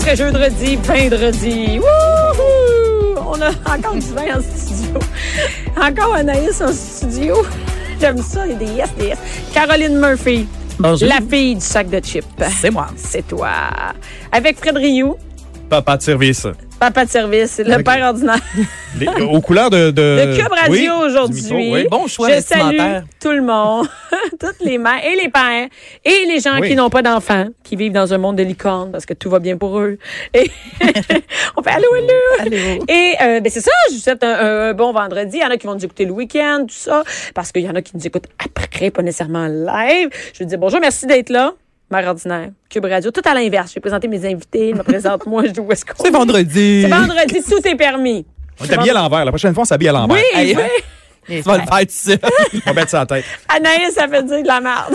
très jeudi, vendredi. Wouhou! On a encore du vin en studio. Encore Anaïs en studio. J'aime ça, il y a des yes, des yes. Caroline Murphy, Bonjour. la fille du sac de chips. C'est moi. C'est toi. Avec Fred Rioux, Papa de service. papa de service, le Avec- père ordinaire. Les- aux couleurs de. de Le Cube Radio Euh, oui, du aujourd'hui. micro, oui. Bon choix Je salue vestimentaire. tout le monde, toutes les mères et les pères et les gens Oui. qui n'ont pas d'enfants, qui vivent dans un monde de licornes parce que tout va bien pour eux. Et on fait allô, allô. Allô. Et euh, ben c'est ça, je vous souhaite un, un- un bon vendredi. Il y en a qui vont nous écouter le week-end, tout ça, parce qu'il y en a qui nous écoutent après, pas nécessairement live. Je vous dis bonjour, merci d'être là. Mère ordinaire, Cube Radio, tout à l'inverse. Je vais présenter mes invités, ils me présentent moi, je dis où est-ce qu'on C'est vendredi. C'est vendredi, tout est permis. On est habillé à l'envers. La prochaine fois, on s'habille à l'envers. Oui, Hey, oui. Tu vas le faire tout seul. On va mettre ça en tête. Anaïs, ça fait dire de la merde.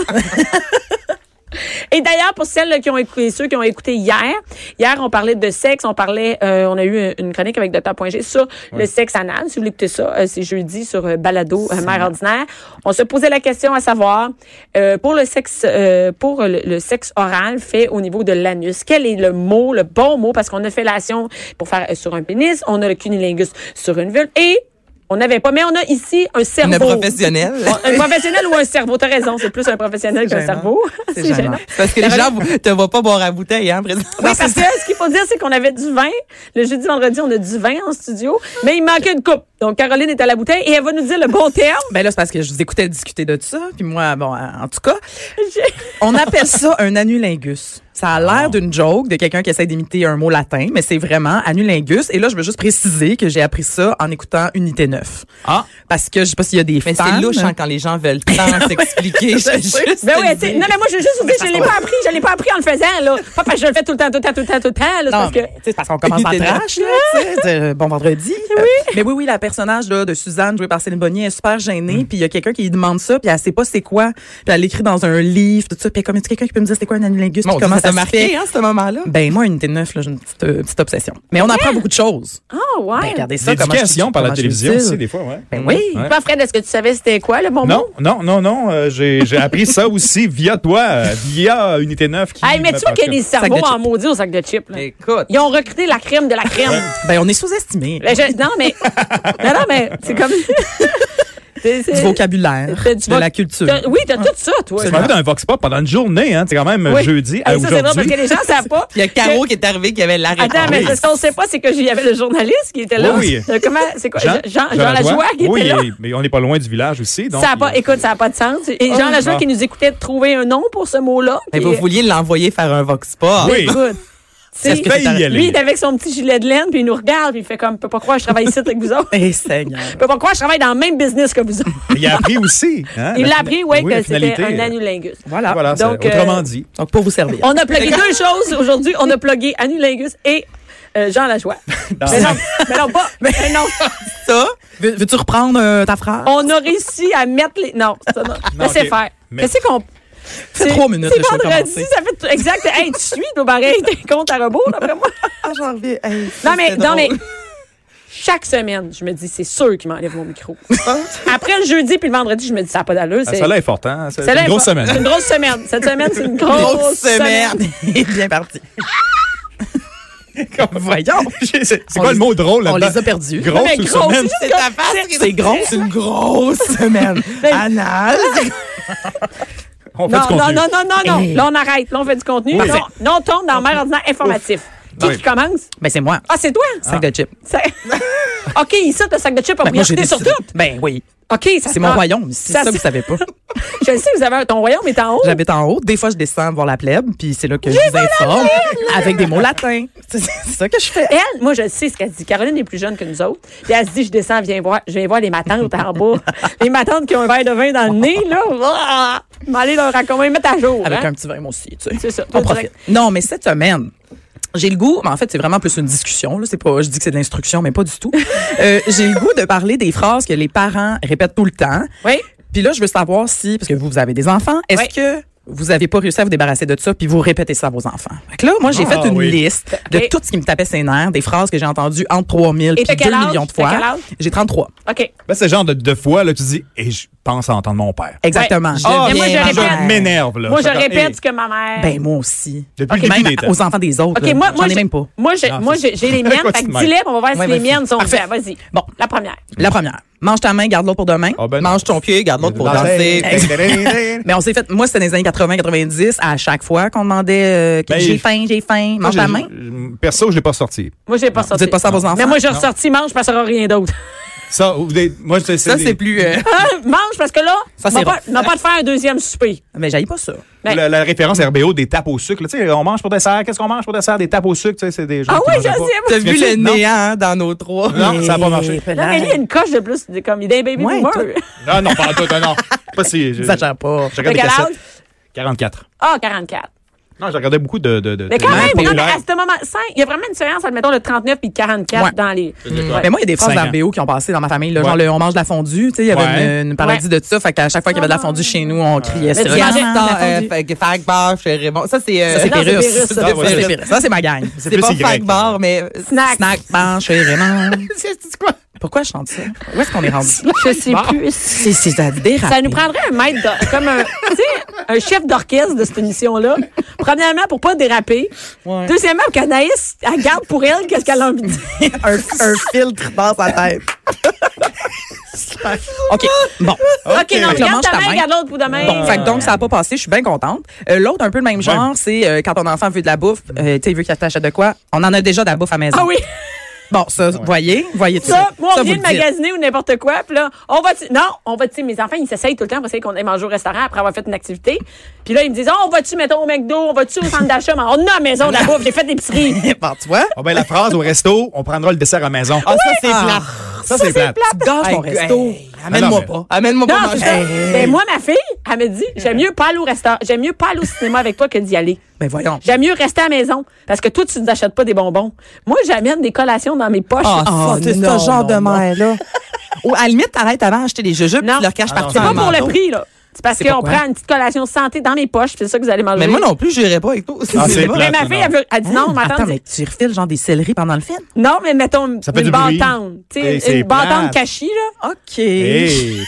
Et d'ailleurs, pour celles là, qui ont écouté, ceux qui ont écouté hier, hier, on parlait de sexe, on parlait, euh, on a eu une chronique avec Dr.G sur le sexe anal. Si vous voulez écouter ça, euh, c'est jeudi sur euh, Balado, euh, Mère ordinaire. On se posait la question à savoir, euh, pour le sexe, euh, pour le, le sexe oral fait au niveau de l'anus, quel est le mot, le bon mot, parce qu'on a fellation pour faire euh, sur un pénis, on a le cunilingus sur une vulve et on n'avait pas, mais on a ici un On est cerveau. professionnel. Un professionnel ou un cerveau, t'as raison, c'est plus un professionnel qu'un gênant. cerveau. C'est gênant. C'est Parce que les gens vous- te voient pas boire à bouteille, hein, présent. Oui, parce que ce qu'il faut dire, c'est qu'on avait du vin. Le jeudi, vendredi, on a du vin en studio, mais il manquait une coupe. Donc, Caroline est à la bouteille et elle va nous dire le bon terme. Ben là, c'est parce que je vous écoutais discuter de ça, puis moi, bon, en tout cas, J'ai- on appelle ça un anulingus. Ça a l'air d'une joke de quelqu'un qui essaie d'imiter un mot latin, mais c'est vraiment anulingus. Et là, je veux juste préciser que j'ai appris ça en écoutant Unité 9. Ah. Parce que je sais pas s'il y a des Mais fans. c'est louche hein, quand les gens veulent tant s'expliquer. Je- juste Ben te oui, le tu sais, dire. non, mais moi, je veux juste vous dire, je l'ai pas appris, je l'ai pas appris en le faisant, là. Pas parce que je le fais tout le temps, tout le temps, tout le temps, tout le temps, là. c'est Non, parce que... mais, tu sais, c'est parce qu'on commence en T'es là. trash, là, tu sais, de- bon vendredi. Euh, Mais oui, oui, la personnage là, de Suzanne, jouée par Céline Bonnier, est super gênée. Puis il y a quelqu'un qui lui demande ça, puis elle sait pas c'est quoi. Puis elle l'écrit dans un livre, tout ça. Puis elle est comme, y a quelqu'un qui peut me dire c'est quoi un anulingus? Puis Mon Dieu, comment ça t'a se fait? marqué, hein, ce moment-là? Ben moi, une T9, là, j'ai une petite, euh, petite obsession. Mais on apprend beaucoup de choses. Ah, ouais. Ben, regardez ça, comment L'éducation je- par la comment je télévision suis aussi, utile. des fois, ouais. Ben oui. Ouais. Pas Fred, est-ce que tu savais c'était quoi, le bon Non, mot? non, non, non. euh, J'ai j'ai appris ça aussi via toi, euh, via Unité 9. Qui Hey, mais tu vois qu'il y a des cerveaux chips. en maudit au sac de chips, là. Écoute. Ils ont recruté la crème de la crème. Ben on est sous-estimé Ben, je- non, mais. non, non, mais c'est comme. C'est- c'est- du vocabulaire, T'as du de voc- la culture. t'as- Oui, t'as tout ça, toi. Tu m'as vu dans un Vox Pop pendant une journée, hein. C'est quand même euh, Oui. jeudi Ah, à ça, c'est vrai, parce aujourd'hui. que les gens savent pas. Il y a Caro qui est arrivé qui avait la réponse. Attends, mais ce qu'on ne sait pas, c'est que j'y avait le journaliste qui était là. Oui. Euh, Comment, c'est quoi? Jean, Jean, Jean Lajoie qui Oui, était là. et- mais on n'est pas loin du village aussi. Donc euh, Ça a pas, il- écoute, ça n'a pas de sens. Et Jean Lajoie Ah. qui nous écoutait de trouver un nom pour ce mot-là. Eh, Ben, Mais puis, vous vouliez l'envoyer faire un vox pop. Oui. Écoute. Est-ce que c'est lui, arrivé? il est avec son petit gilet de laine, puis il nous regarde, puis il fait comme, peut pas croire que je travaille ici avec vous autres. Eh, Seigneur. Je peux pas croire que je travaille dans le même business que vous autres. Il a appris aussi. hein, Il la l'a fina- appris, ouais, la que c'était finalité, un euh, anulingus. Voilà. Voilà, c'est- Donc, euh, autrement dit. Ah, Donc pour vous servir. On a plugué deux choses aujourd'hui. On a plugué Anulingus et euh, Jean Lajoie. Mais non, mais non, pas. Mais non. Ça, veux- veux-tu reprendre euh, ta phrase? On a réussi à mettre les. Non, ça, non. laissez ok. faire. Mais- Qu'est-ce qu'on. fait C'est- trois minutes, C'est là, je vais vendredi, commencer. ça fait. tout- Exact. Hey, tu suis, toi, pareil. T'es compte à rebours, d'après moi. Ah, j'en reviens. Hey, Non, mais. c'était Non, drôle. mais. Chaque semaine, je me dis, c'est sûr qu'il m'enlève mon micro. Après le jeudi puis le vendredi, je me dis, ça n'a pas d'allure. Ah, c'est- Celle-là est forte, hein? C'est celle-là une est grosse pas- C'est semaine. une grosse semaine. Cette semaine, c'est une grosse, Grosse semaine. semaine. Bien parti. Voyons. C'est On quoi le les- mot drôle On là-dedans? les a perdus. Grosse Non, mais ou grosse, semaine? c'est C'est comme- ta face. c'est- C'est gros. C'est une grosse semaine. Ben- Anal. Non, On fait du non, contenu. non, non, non, Hey. non. Là, on arrête. Là, on fait du contenu. Parfait. Non, non, on tombe dans mère ordinaire informatif. Qui Oui. qui commence? Ben, c'est moi. Ah, c'est toi? Sac de chips. Ça- OK, ici, le sac de chips a Ben, moi, j'ai priorité sur décidé. tout. Ben oui. OK, ça C'est prend- mon royaume. C'est Ça Ah. ça, se- que vous savez pas. Je le sais, vous avez un- ton royaume est en haut. J'habite en haut. Des fois, je descends voir la plèbe, puis c'est là que je vous informe avec des mots latins. C'est c'est ça que je fais. Elle, moi, je le sais ce qu'elle dit. Caroline est plus jeune que nous autres. Puis elle se dit, je descends, viens voir, je viens voir les matantes en bas. les matantes qui ont un verre de vin dans le nez, là. Ah! M'aller leur raconter, mettre à jour. Avec hein. un petit vin, moi aussi, tu sais. C'est ça. On Toi, profite. Non, mais cette semaine, j'ai le goût, mais en fait, c'est vraiment plus une discussion. Là. C'est pas, je dis que c'est de l'instruction, mais pas du tout. Euh, j'ai le goût de parler des phrases que les parents répètent tout le temps. Oui. Puis là, je veux savoir si, parce que vous, vous avez des enfants, est-ce Oui. que vous avez pas réussi à vous débarrasser de ça, puis vous répétez ça à vos enfants. Fait que là, moi, j'ai Ah, fait une oui. liste de Et- tout ce qui me tapait ses nerfs, des phrases que j'ai entendues entre Et 3000 puis t'as 2 quel âge? millions de T'as fois. quel âge? J'ai 33. OK. Ben, c'est le genre de, de fois, là, tu dis, et je- pense à entendre mon père. Exactement. Ouais. Ah, Mais moi, je Bien, répète. ma mère. Je m'énerve, là. Moi, je Fait comme, répète ce hey, que ma mère. Ben, moi aussi. Depuis Ok, le début Même des temps. aux enfants des autres. OK, moi, là, moi, Euh, J'en ai j'ai- même pas. Moi, j'ai- Non, moi, j'ai j'ai les miennes. Quoi, fait tu que te dis-les, puis on va voir Ouais, si les vas-y. miennes sont Parfait. vraies. Vas-y. Bon. La première. La première. Mange ta main, garde l'autre pour demain. Ah, ben non. Mange ton pied, garde l'autre pour Danser. danser. Mais on s'est fait, moi, c'était dans les années 80, 90, à chaque fois qu'on demandait, euh, que Ben, j'ai je- faim, j'ai faim, mange ta main. J'ai- Perso, je l'ai pas sorti. Moi, j'ai pas Vous sorti. dites pas ça à vos enfants. Mais moi, j'ai ressorti mange parce qu'il n'y aura rien d'autre. Ça, ou des- moi, je Ça, c'est plus. euh, mange parce que là, on Ça, va c'est pas, rough. on va pas de faire un deuxième souper. Mais j'aille pas ça. Ben- La, la référence RBO des tapes au sucre. là. Tu sais, on mange pour dessert. Qu'est-ce qu'on mange pour dessert? Des tapes au sucre. tu sais, C'est des gens Ah qui oui, mangeaient je pas. sais. T'as vu le Non. néant dans nos trois? Non, ça n'a pas marché. Eh, Non, mais lui, il y a une coche de plus, de- comme il est un baby Ouais, boomer. toi. Non, non, pas en tout. Non, pas si. je- Ça gère pas. je regarde des T'as quel cassettes. 44. Ah, 44. Non, je regardais beaucoup de. de, de Mais quand de- même, populaires. non, mais à ce moment, cinq, il y a vraiment une différence, admettons, le 39 et le 44 Ouais. dans les. d'accord. Ouais. Mais moi, il y a des phrases Cinq ans. d'RBO qui ont passé dans ma famille. Là, Ouais. Genre, le, on mange de la fondue. Tu sais, il y avait Ouais. une, une parodie de ça. Fait qu'à chaque fois qu'il y avait de la fondue chez nous, on criait ça. tu mangeais- Maman, de la Attends, euh, fondue. fait que Fag Bar chez Raymond. Ça, c'est. euh, bah, Ça, c'est Non, c'est Pérus. Pérus, ça. Ça, Ah, ouais, c'est ça. Pérus. Ça, c'est ma gang. C'est pas plus Y, Fag Bar, mais. Snack. Oh, euh, Snack, mange, chez Raymond. C'est quoi? Pourquoi je chante ça? Où est-ce qu'on est rendu? Je sais plus. C'est, c'est à déraper. Ça nous prendrait un maître, d'or- comme un, tu sais, un chef d'orchestre de cette émission-là. Premièrement, pour pas déraper. Ouais. Deuxièmement, pour qu'Anaïs, elle garde pour elle qu'est-ce qu'elle a envie de dire. un, un filtre dans sa tête. Ah, OK. Bon. OK, Ok. non, Donc, regarde mange ta ta main, main. garde l'autre pour demain. Bon, fait que donc, ça n'a pas passé. Je suis bien contente. Euh, L'autre, un peu le même genre, c'est euh, quand ton enfant veut de la bouffe, euh, tu sais, il veut qu'il t'achète de quoi. On en a déjà de la bouffe à maison. ah oui, Bon, ça, voyez, voyez tout ça, moi, on vous vient de le dites. magasiner ou n'importe quoi, puis là, on va, tu- non, on va, tu sais, mes enfants, ils s'essayent tout le temps pour essayer qu'on aille manger au restaurant après avoir fait une activité. Puis là, ils me disent, oh, on va-tu, mettons, au McDo, on va-tu au centre d'achat, Mais on a à la maison de la bouffe, j'ai fait des pisseries. Bon, Eh, tu vois? Ah ben, la phrase au resto, on prendra le dessert à la maison. Ah, ça, c'est Ah. plat. ça, c'est plate. Gâche Hey, ton resto. hey, Amène-moi Ah, non, pas. Amène-moi Non, pas puis manger. là, ben, moi, ma fille, elle me dit, j'aime mieux pas aller au restaurant, j'aime mieux pas aller au cinéma avec toi que d'y aller. Ben voyons. J'aime mieux rester à la maison parce que toi, tu nous achètes pas des bonbons. Moi, j'amène des collations dans mes poches. Ah, Ah, ça, c'est non, ce genre non, de non. mère-là. Ou à la limite, t'arrêtes avant d'acheter des jeux puis Non. tu leur caches Ah, non, partout C'est dans pas le pour le manteau. prix, là. C'est parce C'est qu'on pourquoi? prend une petite collation santé dans mes poches, puis c'est ça que vous allez manger. Mais moi non plus, j'irai pas avec toi. Ah, c'est bon. plate. Mais ma fille, elle, veut- elle dit non, mais attends, Attends, mais tu refiles genre des céleris pendant le film? non, mais mettons Ça fait une du bruit. bâtante. Tu Et sais, c'est une bâtante plate. cachée, là. OK. Hey, tu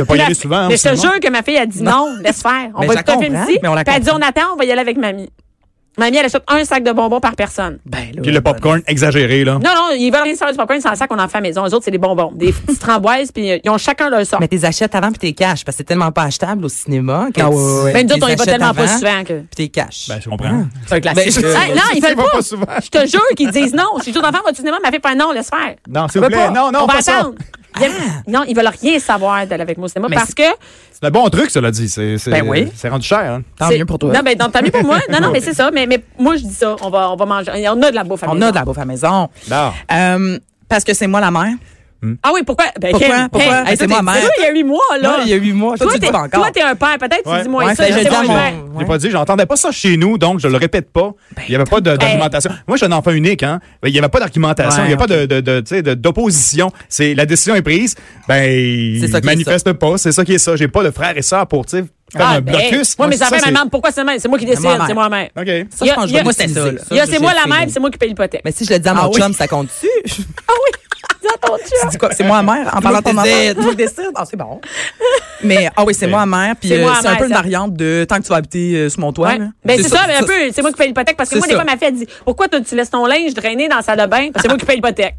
vas pas y Puis la- aller souvent. hein, mais au je te cinéma? jure que ma fille, elle dit non, laisse faire. On Mais va je écouter un film comprends, ici. mais on la Puis elle dit on comprend. attend, on va y aller avec mamie. Mamie, elle achète un sac de bonbons par personne. Ben là. Puis le popcorn exagéré, là. Non, non, ils veulent rien savoir du popcorn, c'est un sac qu'on en fait à la maison. Eux autres, c'est des bonbons. Des petites framboises, puis euh, ils ont chacun leur sort. Mais t'es achètes avant puis t'es caches parce que c'est tellement pas achetable au cinéma. Que Ah, tu- ouais, ouais. Ben, nous t'es autres, on y va achètes tellement pas avant, souvent que. Puis t'es caches. Ben, je comprends. C'est un classique. Ben, je- là. Hey, non, ils Ça, veulent il va pas. pas souvent. Je te jure qu'ils disent non. J'ai toujours d'enfants, vas-tu au cinéma? Ma fille fait non, laisse faire. Non, s'il On vous veut plaît. pas. Non, non, On va pas ça. attendre. Ils aiment- Non, ils veulent rien savoir d'aller avec moi au cinéma parce que. C'est un bon truc, cela dit. C'est, c'est, Ben oui. C'est rendu cher. Hein. Tant c'est- mieux pour toi. Non, ben, donc, tant mieux pour moi. Non, non, mais c'est ça. Mais, mais moi, je dis ça. On va, on va manger. On a de la bouffe à On maison. a de la bouffe à la maison. Non. Euh, parce que c'est moi la mère. Ah oui, pourquoi? Ben, Pourquoi? Ken, Pourquoi? Ken, Hey, c'est toi, moi, t'es- mère. toi, il y a huit mois, là. Moi, Ah, il y a huit mois. Toi, tu dis t'es- pas encore. toi, t'es un père. Peut-être, tu Ouais. dis moi Ouais, ça. fait, je je sais dis pas, à je mon- fais. Je l'ai pas dit, j'entendais pas ça chez nous, donc je le répète pas. Ben, il y avait pas de- d'argumentation. Moi, je n'en fais unique, hein. Ben, Il y avait pas d'argumentation, Ouais, il y avait pas de- de, de, tu sais, de- d'opposition. C'est, la décision est prise. Ben, C'est ça je qui est manifeste pas. C'est ça qui est ça. J'ai pas de frères et sœurs pour, tu sais, faire Ah, un ben, blocus. Moi, mes ça, enfants me c'est- demandent pourquoi c'est moi. C'est moi qui décide, moi-mère. c'est moi-même. OK. Ça, je pense que je vais Moi, c'est ça, l'utiliser. là. Il y a je c'est sais moi le la mère, feeling. puis c'est moi qui paye l'hypothèque. Mais si je le dis à mon Ah oui. chum, ça compte-tu? Ah oui! Dis à ton chum. Tu dis quoi? C'est moi la mère en parlant à ton enfant. décides. Tu décides. Ah, c'est bon. Mais, ah oui, c'est moi la mère. Puis C'est euh, moi la c'est un mère, peu une ça. variante de tant que tu vas habiter euh, sur mon toit. Ouais. là. Ben, c'est ça, mais un ça. peu, c'est moi qui paye l'hypothèque parce que C'est moi, des ça. fois, ma fille, elle dit Pourquoi tu tu laisses ton linge drainer dans la salle de bain C'est moi qui paye l'hypothèque.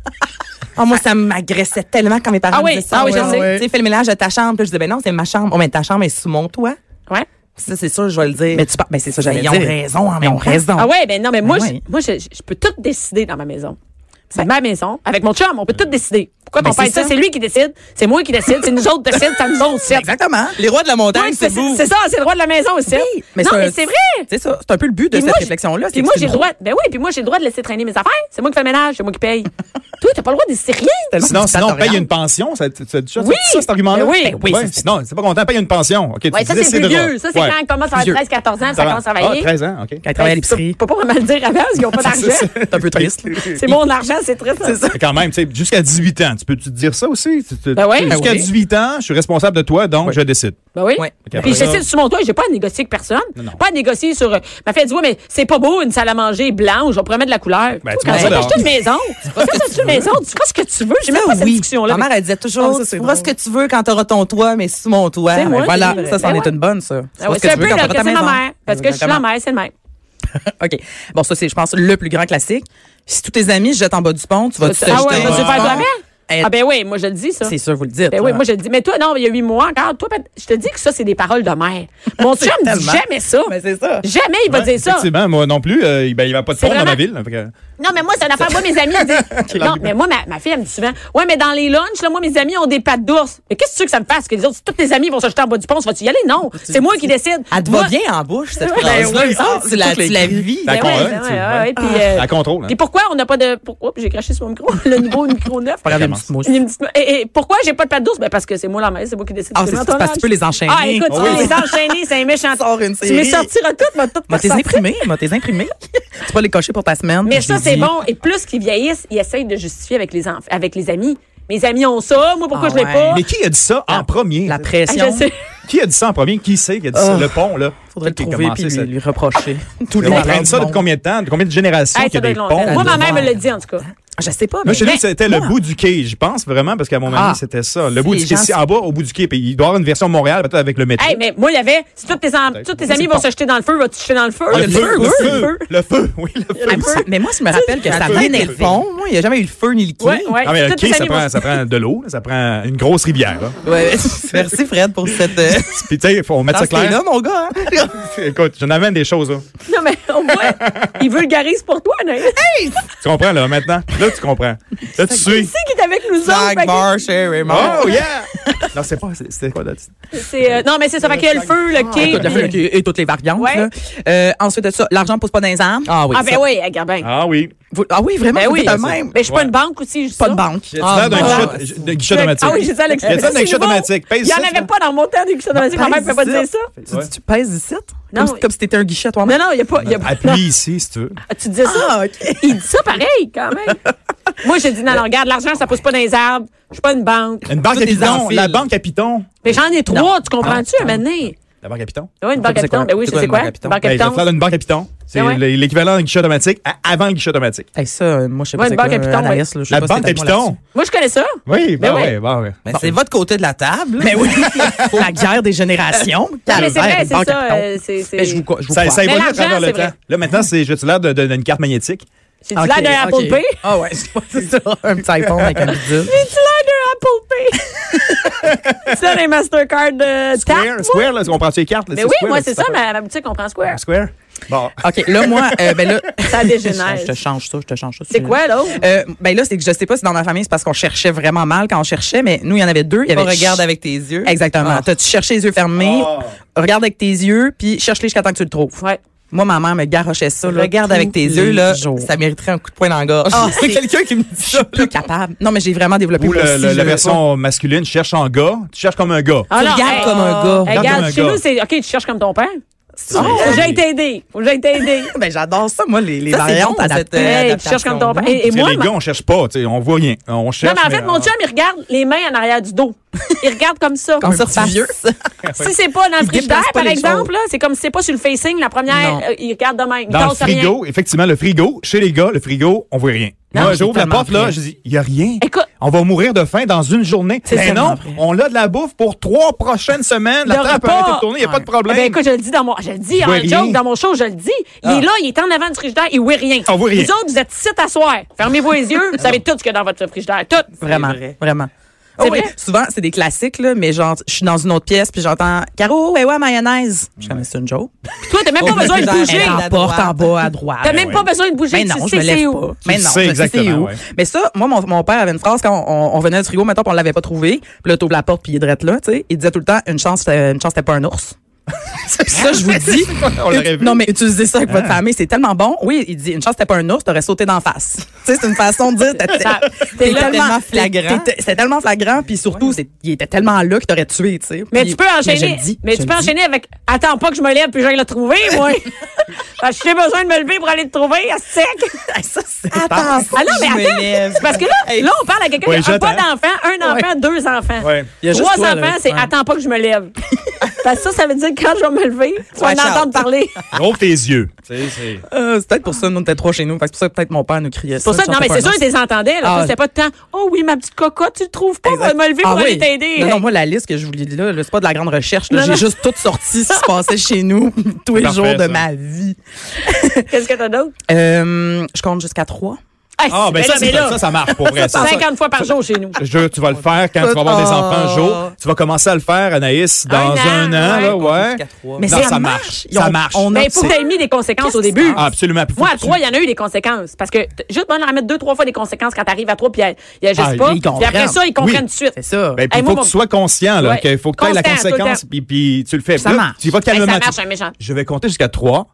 Ah, moi, ça m'agressait tellement quand mes parents Ah oui, me disaient ça. ah oui, je Ouais. sais. Tu sais, fais le ménage de ta chambre. Puis je disais, ben non, c'est ma chambre. Oh, mais ta chambre est sous mon toit. Ouais. Ça, c'est sûr, je vais le dire. Mais tu parles. Ben, c'est ça, j'allais Mais ils dire. ont raison, en Ils ont même temps. raison. Ah ouais, ben non, mais moi, Ah je- ouais. moi je, je peux tout décider dans ma maison. C'est ma maison. Avec mon chum, on peut tout décider. Pourquoi ton Ben, père c'est dit ça? ça. Ben C'est lui qui décide, c'est moi qui décide, c'est nous autres qui décident, c'est nous autres aussi. Exactement. Les rois de la Ouais, montagne, c'est c'est c'est- vous. c'est ça, c'est le droit de la maison aussi. mais non, c'est un- mais c'est vrai. C'est ça. C'est un peu le but de Puis cette moi, j'ai- réflexion-là. c'est Puis que moi, tu j'ai le me- droit. Ben oui, puis moi, j'ai le droit de laisser traîner mes affaires. C'est moi qui fais le ménage, c'est moi qui paye. Toi, t'as pas le droit de décider rien. tellement Sinon, sinon, dictatorial. paye une pension. Ça, ça, ça, ça, Oui. ça, cet argument-là. Ben oui. Ben oui, Ouais, ça, sinon, c'est pas content, paye une pension. OK, tu Ouais, ça, décides c'est plus de- vieux. Ça, c'est Ouais. quand elle commence à Vieux. 13-14 ans, puis ça Ça va. commence à travailler. Ah, 13 ans, OK. Quand elle travaille à l'épicerie. Pas pas vraiment le dire avant, parce qu'ils n'ont pas d'argent. C'est un peu triste. C'est mon argent, c'est très C'est ça. sensible. Mais Quand même, tu sais, jusqu'à 18 ans. Tu peux-tu te dire ça aussi? Tu- tu- Ben ouais. Jusqu'à Ben oui. 18 ans, je suis responsable de toi, donc je décide. Ben oui. Ouais. Fait Puis qu'après ça- j'essaie de sur mon toit, j'ai pas à négocier avec personne. non. Pas à négocier sur. euh, Ma fille elle dit oui, mais c'est pas beau une salle à manger blanche, on pourrait mettre de la couleur. Ben, Toi, tu quand manges tu vas dehors. t'acheter une maison, quand tu vas t'acheter une maison, tu fais ce que tu veux. J'ai même pas cette discussion-là. Ma mère, elle disait Ah, toujours, ça, c'est tu vois ce drôle. que tu veux quand t'auras ton toit, mais sous mon toit. C'est moi. Voilà, Ouais, ça, c'en ben est ouais. une bonne, ça. Ah ouais, c'est un peu le c'est ma mère. Parce que je suis la mère. mère, c'est le même. OK. Bon, ça, c'est, je pense, le plus grand classique. Si tous tes amis se jettent en bas du pont, tu vas te jeter Ah ouais, en je bas me suis du fait pont. blâmer. Eh, Ah ben oui, moi je le dis ça. C'est sûr, vous le dites. Ben oui, là. moi je le dis. Mais toi, non, il y a huit mois encore. Toi, peut- je te dis que ça, c'est des paroles de mère. Mon chum me dit tellement- jamais ça. Mais Ben, c'est ça. Jamais il va Ouais, dire ça. Effectivement, moi non plus. euh, ben, il n'y a pas de C'est pont dans ma vraiment- ville. Fait que- Non, mais moi, c'est une affaire. Moi, mes amis, elles disent. non, mais moi, ma, ma fille, elle me dit souvent. Ouais, mais dans les lunchs, là, moi, mes amis ont des pâtes d'ours. Mais qu'est-ce que tu veux que ça me fasse? Que les autres, si tous tes amis vont se jeter en bas du pont, vas-tu y aller? Non. C'est moi qui décide. Elle te Moi- va bien en bouche, cette Ben phrase-là. oui, il me semble. ah, Tu la- toutes les tu la cris. vis. La Ben ouais, contrôle, ben hein, tu- ouais, ouais. ouais, puis, euh, La contrôle, hein. Puis pourquoi on n'a pas de. Pour, oups, j'ai craché sur mon micro. Le nouveau micro neuf. Pas grave, il y a une Commence. petite mousse. Une petite- et, et pourquoi j'ai pas de pâtes d'ours? Ben parce que c'est moi la mère, c'est moi qui décide. Ah, c'est- Antoine, c'est parce que tu peux les enchaîner. Ah, écoute, tu Oui. peux les enchaîner, c'est un méchant. Sors une Tu série. me sortiras toutes, va tout M'a tes sortir. imprimés, m'a tes imprimés. tu vas les cocher pour ta semaine. Mais Je ça, l'ai c'est dit. bon. Et plus qu'ils vieillissent, ils essayent de justifier avec les, enf- avec les amis. Mes amis ont ça, moi, pourquoi Ah je l'ai ouais. pas? Mais qui a dit ça en premier? La Ah, pression. je sais. Qui a dit ça en premier? Qui sait qui a dit Ah. ça? Le pont, là. Faudrait le Qui a trouver commencé puis lui, ça? lui reprocher. Tous Mais On malheurs traîne du ça depuis monde. combien de temps? De combien de générations Hey, qu'il y ça doit a des être longtemps. ponts? Moi, là? ma mère me devoir. l'a dit, en tout cas. Je sais pas. Moi, chez nous, mais- c'était le Ah. bout du quai, je pense vraiment, parce qu'à mon avis, Ah. c'était ça. Le Si bout les du quai, gens c'est se- en bas, au bout du quai. Puis il doit y avoir une version Montréal, peut-être avec le métro. Hey, mais moi, il y avait, si tous tes, am- tous tes amis vont se jeter dans le feu, vas-tu te jeter dans le feu? Ah, le, feu, le le feu, le feu, oui, le feu. Ah, mais ça- Mais moi, je me rappelle que ça le m'a feu. énervé. Moi, il n'y a jamais eu le feu ni le quai. Ouais, ouais. Ah, mais le Tous tes quai, ça amis prend, vont- ça prend de l'eau, là, ça prend une grosse rivière. là. Ouais. Merci, Fred, pour cette. euh, Puis, tu sais, faut mettre ça C'était clair. là, mon gars. hein? Écoute, j'en amène des choses, là. Non, mais on voit, il vulgarise pour toi, Anaïs. Tu comprends, là, maintenant? Là, tu comprends. Là, Il tu suis. sait qu'il est avec nous autres. ben, fait Black que- bar, Sherry Ah, Oh, yeah! Non, c'est pas, c'est- c'était quoi, là? c'est, euh, non, mais c'est ça, fait qu'il y a le Ah, feu, le quai. Écoute, le feu puis- et et toutes les variantes. Ouais. là. Euh, ensuite de ça, l'argent pose pas dans les armes. Ah oui. Ah, ben ça. oui, regarde bien. Ah oui. Vous- ah oui, vraiment. Ben vous oui. êtes le même. Ben, je suis pas Ouais. une banque aussi, je dis Pas ça. de banque. J'ai Ah, l'air ben, d'un bon. guichet- euh, d'un guichet automatique. Ah oui, j'ai ça à Il y a ça dans les guichets nouveau. automatiques. Paye Il n'y en ça, avait pas dans mon temps des guichets automatiques. Ma mère ne peut pas dire ça. Tu, tu pèses ici? Non, Comme, si- oui. comme si t'étais un guichet à toi-même. Non, non, il n'y a pas. Ah, il y a- non. Appuie ici, si tu veux. Ah, Tu dis ça. Ah, OK. Il dit ça pareil, quand même. Moi, j'ai dit, non, non, regarde, l'argent, ça pousse pas dans les arbres. Je suis pas une banque. Une banque à Tout est Python. en fil. La banque à Python. Mais j'en ai trois, tu comprends-tu, à mener? La banque à Python? Oui, une banque C'est à piton. quoi- Ben oui, c'est je quoi sais une quoi. banque à Une piton? banque à Ben, piton. je vais faire une banque à Python. C'est Ah ouais. l- l'équivalent d'un guichet automatique à- avant le guichet automatique. Hey, ça, moi, je sais Ouais, pas une c'est banque quoi, à Python, euh, ouais. Anaïs, là, je sais La pas si banque t'es à d'accord Python? Moi, je connais ça. Ben Oui, ben ouais. ouais, ben ouais. Mais c'est votre côté de la table. là-dessus. Mais Ben oui, la guerre des générations. Non, mais c'est Calvaire, vrai, une c'est banque à ça. Python. euh, c'est- c'est- Mais je vous co- je vous Ça, crois. ça évolue à l'argent, travers le c'est temps. vrai. Là, maintenant, c'est j'ai-tu l'air de- de- d'une carte magnétique. J'ai du l'air d'un Apple OK. Pay. Ah ouais, c'est pas- c'est ça, un petit iPhone avec un bidule. J'ai du l'air d'un Apple Pay. ça, les Mastercard de Square, Square, là, on prend les cartes. là, Mais oui, Square, moi, là, c'est ça, pas- ma ma boutique, on prend Square. Square? Bon. OK, là, moi, euh, ben là. Ça dégénère. Je te change ça, je te change ça. C'est quoi, l'autre? Euh, ben là, c'est que je sais pas si dans ma famille, c'est parce qu'on cherchait vraiment mal quand on cherchait, mais nous, il y en avait deux. Il y On avait regarde avec tes yeux. Exactement. Ah. T'as-tu cherché les yeux fermés? Ah. Regarde avec tes yeux, puis cherche-les jusqu'à temps que tu le trouves. Ouais. Moi, ma mère me garochait ça. là, Regarde tous avec tes les yeux, là. jours. Ça mériterait un coup de poing dans la gorge. Ah, c'est quelqu'un qui me dit ça. plus capable. Non, mais j'ai vraiment développé Ou le- moi aussi, le- je- la version masculine, cherche en gars, tu cherches comme un gars. Ah, non, regardes hey, comme un oh, gars. hey, Regarde regarde, comme un chez gars. nous, c'est OK, tu cherches comme ton père. C'est- Ah, Faut que j'aille t'aider. Faut que j'aille t'aider. Ben, j'adore ça, moi, les, les euh, Ça, c'est variantes bon, adaptées. cette, euh, Hey, tu adaptation. cherches comme ton père. Et, et Parce que moi, les ma- gars, on cherche pas, tu euh, sais, on voit rien. On non, cherche. mais en fait, mon chum, il regarde les mains en arrière du dos. Il regarde comme ça. Comme un sur petit face. vieux. Si c'est pas dans le Il déplace frigidaire, pas par les exemple, là, c'est comme si c'est pas sur le facing, la première, Non. euh, il regarde de même. Il Dans le pense à rien. frigo, effectivement, le frigo, chez les gars, le frigo, on voit rien. Non, Moi, c'est j'ouvre la tellement porte, là, vrai. je dis, il n'y a rien. Écoute- on va mourir de faim dans une journée. C'est Mais tellement non, vrai. on a de la bouffe pour trois prochaines semaines. La Le terre peut repas. arrêter de tourner, il n'y a pas de problème. Eh Ben écoute, je le dis dans mon, je le dis Je en vois rien. joke dans mon show, je le dis. Il est là, il est en avant du frigidaire, il voit rien. Ah, On voit rien. Les autres, vous êtes site à soir. Fermez vos yeux, vous savez tout ce qu'il y a dans votre frigidaire, tout. Vraiment, vrai. vraiment. C'est Ah oui, vrai? Souvent, c'est des classiques, là, mais genre, je suis dans une autre pièce, puis j'entends Caro, eh ouais, ouais, mayonnaise. Je suis comme, c'est une joke. Puis toi, t'as même pas Oh, besoin de frigidaire, bouger. elle En À porte droite. en bas à droite. T'as même pas besoin de bouger. Mais non, tu je sais me c'est lève où. pas. Mais Tu non, sais je sais exactement, c'est où. ouais. Mais ça, moi, mon, mon père avait une phrase quand on, on venait du frigo, mettons, puis on l'avait pas trouvé. Puis là, t'ouvres la porte, puis il est drette là, tu sais. Il disait tout le temps, une chance, euh, une chance, c'était pas un ours. Ça, je vous dis. On l'aurait vu. Ah. non, mais utilisez ça avec votre famille, c'est tellement bon. Oui, il dit, une chance, t'es pas un ours, t'aurais sauté d'en face. tu sais, c'est une façon de dire, t'es Ça- t'es là, tellement tellement flagrant. flagrant. C'était tellement flagrant, puis surtout, c'est- il était tellement là que t'aurais tué, tu sais. Mais Puis- tu peux je le enchaîner. dis, Mais je tu le peux dis. enchaîner avec Attends pas que je me lève puis j'aille le trouver, moi. Parce que j'ai besoin de me lever pour aller le trouver à sec. Ah, ça, c'est- Attends, Ah non, mais je me attends. lève. C'est Parce que là, là, on parle à quelqu'un Ouais, qui a j'attends. pas d'enfant, un enfant, deux enfants. Ouais. Il y a juste Trois toi, là. enfants, c'est Ouais. Attends pas que je me lève. Parce que ça, ça veut dire que quand je vais me lever, tu vas Watch en entendre out. parler. Ouvre tes yeux. Tu sais, c'est- Euh, c'est peut-être pour ça, nous, on était trois chez nous. Fait que C'est pour ça que peut-être mon père nous criait Pour ça, je non, mais c'est chantais pas sûr, un ils les entendaient. Là, Ah. C'était pas de temps. Oh oui, ma petite cocotte, tu le trouves pas, Exact. va me lever pour Ah aller oui. t'aider. Non, non, moi, la liste que je vous l'ai dit là, là, c'est pas de la grande recherche. là. Non, J'ai non. juste tout sorti ce qui se passait chez nous tous les Parfait, jours de ça. ma vie. Qu'est-ce que t'as d'autre? Euh, je compte jusqu'à trois. Ah, ben ça, c'est- ça, ça marche pour vrai. Ça, ça- 50 fois par jour chez nous. Je- tu vas le faire quand tu vas avoir des enfants un jour. Tu vas commencer à le faire, Anaïs, Oh. dans Un un, an, an, là, ouais. ouais. Jusqu'à trois. Mais Non, ça ça marche. marche. Ils ont- Ça marche. on a- Mais il faut que t'aies mis des conséquences au début. Ah, absolument. Puis faut Moi, à que tu- trois, il y en a eu des conséquences. Parce que t- juste bon, en mettre deux, trois fois des conséquences quand t'arrives à trois, puis il y a- il y a juste Ah, pas. ils Puis après comprennent. ça, ils comprennent Oui. tout de suite. C'est ça. Ben, puis Hey, il moi, faut que mon- tu sois conscient, là, Ouais. qu'il faut que tu aies la Constant, tout le conséquence, temps. puis, puis tu le fais. Ça Puis là, marche. Tu vas Hey, calmement. ça Tu- marche, un méchant. Je vais compter jusqu'à trois.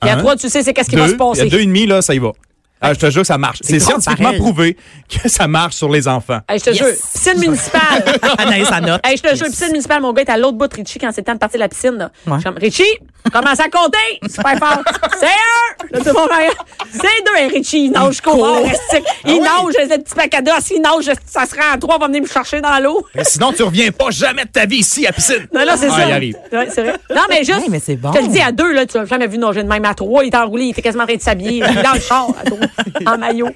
Puis à Un, trois, tu sais, c'est qu'est-ce qui Hein? va deux, se passer. Il y a deux et demi, là, ça y va. Ah, je te jure que ça marche. C'est drôle, scientifiquement pareil. prouvé que ça marche sur les enfants. Hey, je te Yes. jure, piscine municipale. Anaïs, ça note. hey, je te jure, piscine municipale, mon gars est à l'autre bout de Richie quand c'est le temps de partir de la piscine. Là. Ouais. Je suis comme, Richie, commence à compter. Super fort. C'est un. Là, tout le monde regarde. C'est deux. Hey, Richie, il nage, je cours. court. restique. Ah Il nage, j'ai le petit pack à dos. S'il nage, je- ça sera à trois, va venir me chercher dans l'eau. Mais Sinon, tu reviens pas jamais de ta vie ici à piscine. Non, non, c'est Ah, ça. il arrive. Ouais, c'est vrai. Non, mais juste. Hey, mais c'est bon. Je te le dis à deux, là, tu l'as jamais vu nager de même. À trois, il était enroulé, il était quasiment en train de s'habiller. Il est dans le char, à trois, en maillot.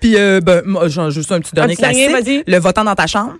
Puis, euh, ben, moi, j'en- juste un petit dernier petit dernier, classique. vas-y. le votant dans ta chambre.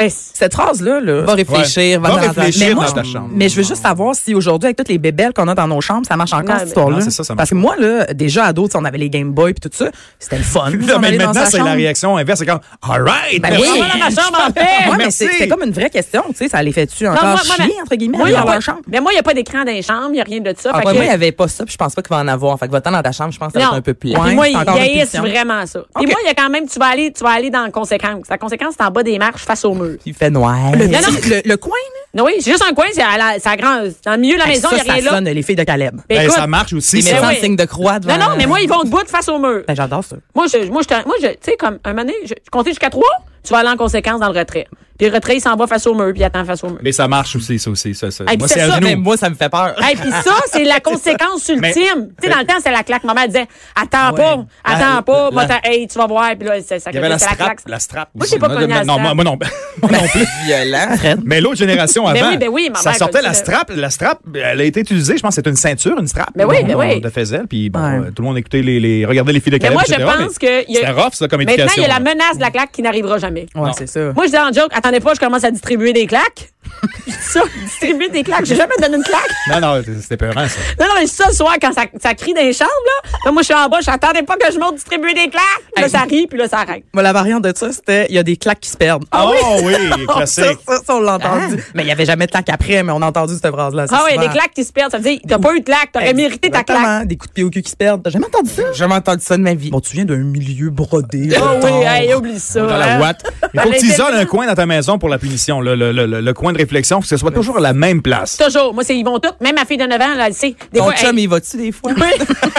Eh, c'est- Cette phrase-là, là, Va réfléchir, Va va dans- réfléchir Mais moi, dans je- ta chambre. Mais je veux juste savoir si aujourd'hui, avec toutes les bébelles qu'on a dans nos chambres, ça marche encore Non, mais- cette histoire-là. Non, c'est ça, ça marche Parce que moi, là, déjà ado, tu sais, on avait les Game Boy puis tout ça. C'était le Non, fun. On mais allait dans maintenant, sa c'est la chambre. réaction inverse. C'est comme, all right. Ben oui. On va dans ma chambre en paix. Ouais, mais Merci. c'est- c'était comme une vraie question, tu sais, ça les fait-tu Non, encore mais- chier, entre guillemets, moi, il y a dans pas- leur chambre? Mais moi, il n'y a pas d'écran dans les chambres, il n'y a rien de ça. Ah, fait ouais, que- moi, il n'y avait pas ça, puis je pense pas qu'il va en avoir. Fait que va-t'en dans ta chambre, je pense que ça va non. être un peu plus. Puis Ouais, moi, c'est il encore une haïssent punition. vraiment ça. Puis Ok. moi, il y a quand même, tu vas aller, tu vas aller dans la conséquence. La conséquence, c'est en bas des marches face au mur. Il fait noir. Le, Non, non. petit- le- le coin, là? Non, oui, c'est juste un coin, c'est à la, c'est à grand, dans le milieu de la maison, ça, il n'y a rien ça là. sonne, les filles de Caleb. Ben, Ben, écoute, ça marche aussi. Il met Mais ça. ça en oui. signe de croix devant. non, non, mais moi, ils vont debout de face au mur. Ben, j'adore ça. Moi, je, moi, je, te- moi, je, tu sais, comme, un moment donné, je, je comptais jusqu'à trois, tu vas aller en conséquence dans le retrait. Puis le retrait, il s'en va face au mur, puis il attend face au mur. Mais ça marche aussi, ça aussi. Ça, ça. Hey, puis Moi, c'est c'est à ça, Mais genoux. ben, moi, ça me fait peur. Et puis ça, c'est la conséquence ultime. Mais- Tu sais, dans le temps, c'est la claque. Maman elle disait, attends Ouais. pas, attends La- pas, la- moi, t'as- hey, tu vas voir. Puis là, c'est ça Ah, Il y avait la c'est strap. claque. La strap. Moi, j'ai pas connu la Non, strap. moi moi non. Moi non plus. Violent. Mais l'autre génération Ben avant, oui, ben oui, ma ça mère sortait connaît la ça. strap. La strap, elle a été utilisée, je pense, c'est une ceinture, une strap. Ben oui, ben on, oui. De faiselle, puis bon, Ouais. euh, tout le monde écoutait les, les regardait les filles de Mais Caleb, moi, je etc., pense mais que. il y a- C'était rough, ça, comme Maintenant, il y a la éducation. hein. menace de la claque qui n'arrivera jamais. Ouais, c'est ça. Moi, je dis en joke, attendez pas, je commence à distribuer des claques. Je dis ça, distribuer des claques. J'ai jamais donné une claque. Non, non, c'était peurant, ça. Non, non, mais je dis ça le soir quand ça, ça crie dans les chambres, là. Là, moi, je suis en bas, je dis, attendez pas que je monte distribuer des claques. Puis Là, Hey. ça rit, puis là, ça arrête. Moi, la variante de ça, c'était il y a des claques qui se perdent. Ah oh, oui, classique. Ça, ça, ça, on l'a entendu. Mais il n'y avait jamais de claques après, mais on a entendu cette phrase-là. Ah ouais, des claques qui se perdent. Ça veut dire, t'as pas eu de claque, t'aurais mérité ta claque. Des coups de pied au cul qui se perdent. T'as jamais entendu ça? J'ai jamais entendu ça de ma vie. Bon, tu viens d'un milieu brodé. Ah oui, tendre. hey, oublie ça. Dans la hein. ouate. Il faut Elle que tu était isoles un tellement- coin dans ta maison pour la punition, le, le, le, le- le coin de réflexion, faut que ce soit toujours à la même place. Toujours. Moi, c'est, ils vont tous. Même ma fille de 9 ans, là, elle sait. Des Ton fois, chum, hey, Ah, il va-tu des fois? oui,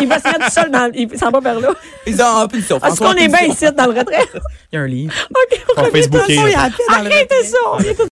il va se mettre tout seul dans, il s'en va vers là. Ils ont un peu de Parce qu'on est bien ici, dans le retrait. Il y a un livre. OK, on Faut revient tout Facebooker, ça. euh, là. Arrêtez ça, on revient tout de suite.